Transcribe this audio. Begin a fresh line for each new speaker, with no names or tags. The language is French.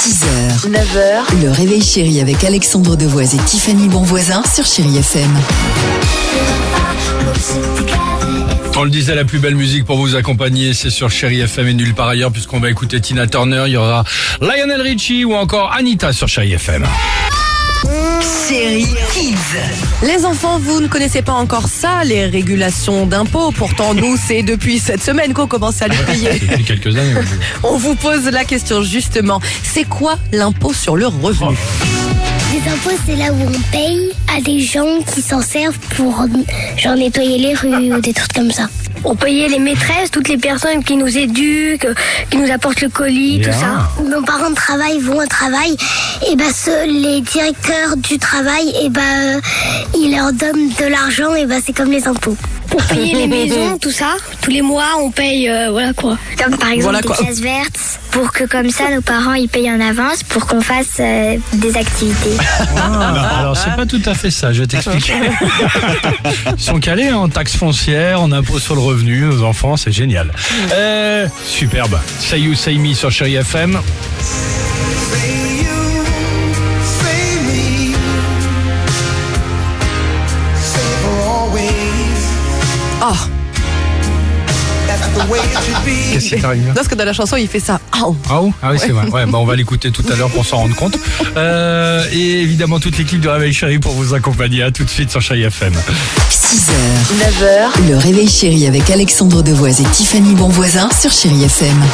6h, 9h, le réveil chéri avec Alexandre Devoise et Tiffany Bonvoisin sur Chéri FM.
On le disait, la plus belle musique pour vous accompagner, c'est sur Chéri FM et nulle part ailleurs, puisqu'on va écouter Tina Turner, il y aura Lionel Richie ou encore Anita sur Chéri FM.
Série Kids.
Les enfants, vous ne connaissez pas encore ça, les régulations d'impôts. Pourtant, nous, c'est depuis cette semaine qu'on commence à les payer.
Depuis quelques années.
On vous pose la question justement. C'est quoi l'impôt sur le revenu
Les impôts, c'est là où on paye à des gens qui s'en servent pour euh, genre nettoyer les rues ou des trucs comme ça. On payait les maîtresses, toutes les personnes qui nous éduquent, qui nous apportent le colis,
Bien.
tout ça. Nos parents de travail vont au travail, et ben ce- les directeurs du travail, et ben euh, ils leur donnent de l'argent, et ben c'est comme les impôts. Pour payer les maisons, tout ça, tous les mois on paye, euh, voilà quoi. Comme par exemple
Voilà quoi.
des pièces vertes, pour que comme ça nos parents ils payent en avance pour qu'on fasse euh, des activités.
Ah, bah, alors, c'est pas tout à fait ça, je vais t'expliquer. Ils sont calés en taxes foncières, en impôts sur le revenu, nos enfants, c'est génial. Euh, superbe. Say You, Say Me sur Chéri FM.
Say you, say me, say for always.
Ah,
That's the way it should be.
Qu'est-ce qui t'arrive là
parce que dans la chanson, il fait ça. Ah,
Ah, ou ah oui, c'est vrai. Ouais, bah, on va l'écouter tout à l'heure pour s'en rendre compte. Euh, et évidemment, toute l'équipe de Réveil Chéri pour vous accompagner. À tout de suite sur Chéri FM.
6h, 9h, le réveil chéri avec Alexandre Devoise et Tiffany Bonvoisin sur Chéri FM.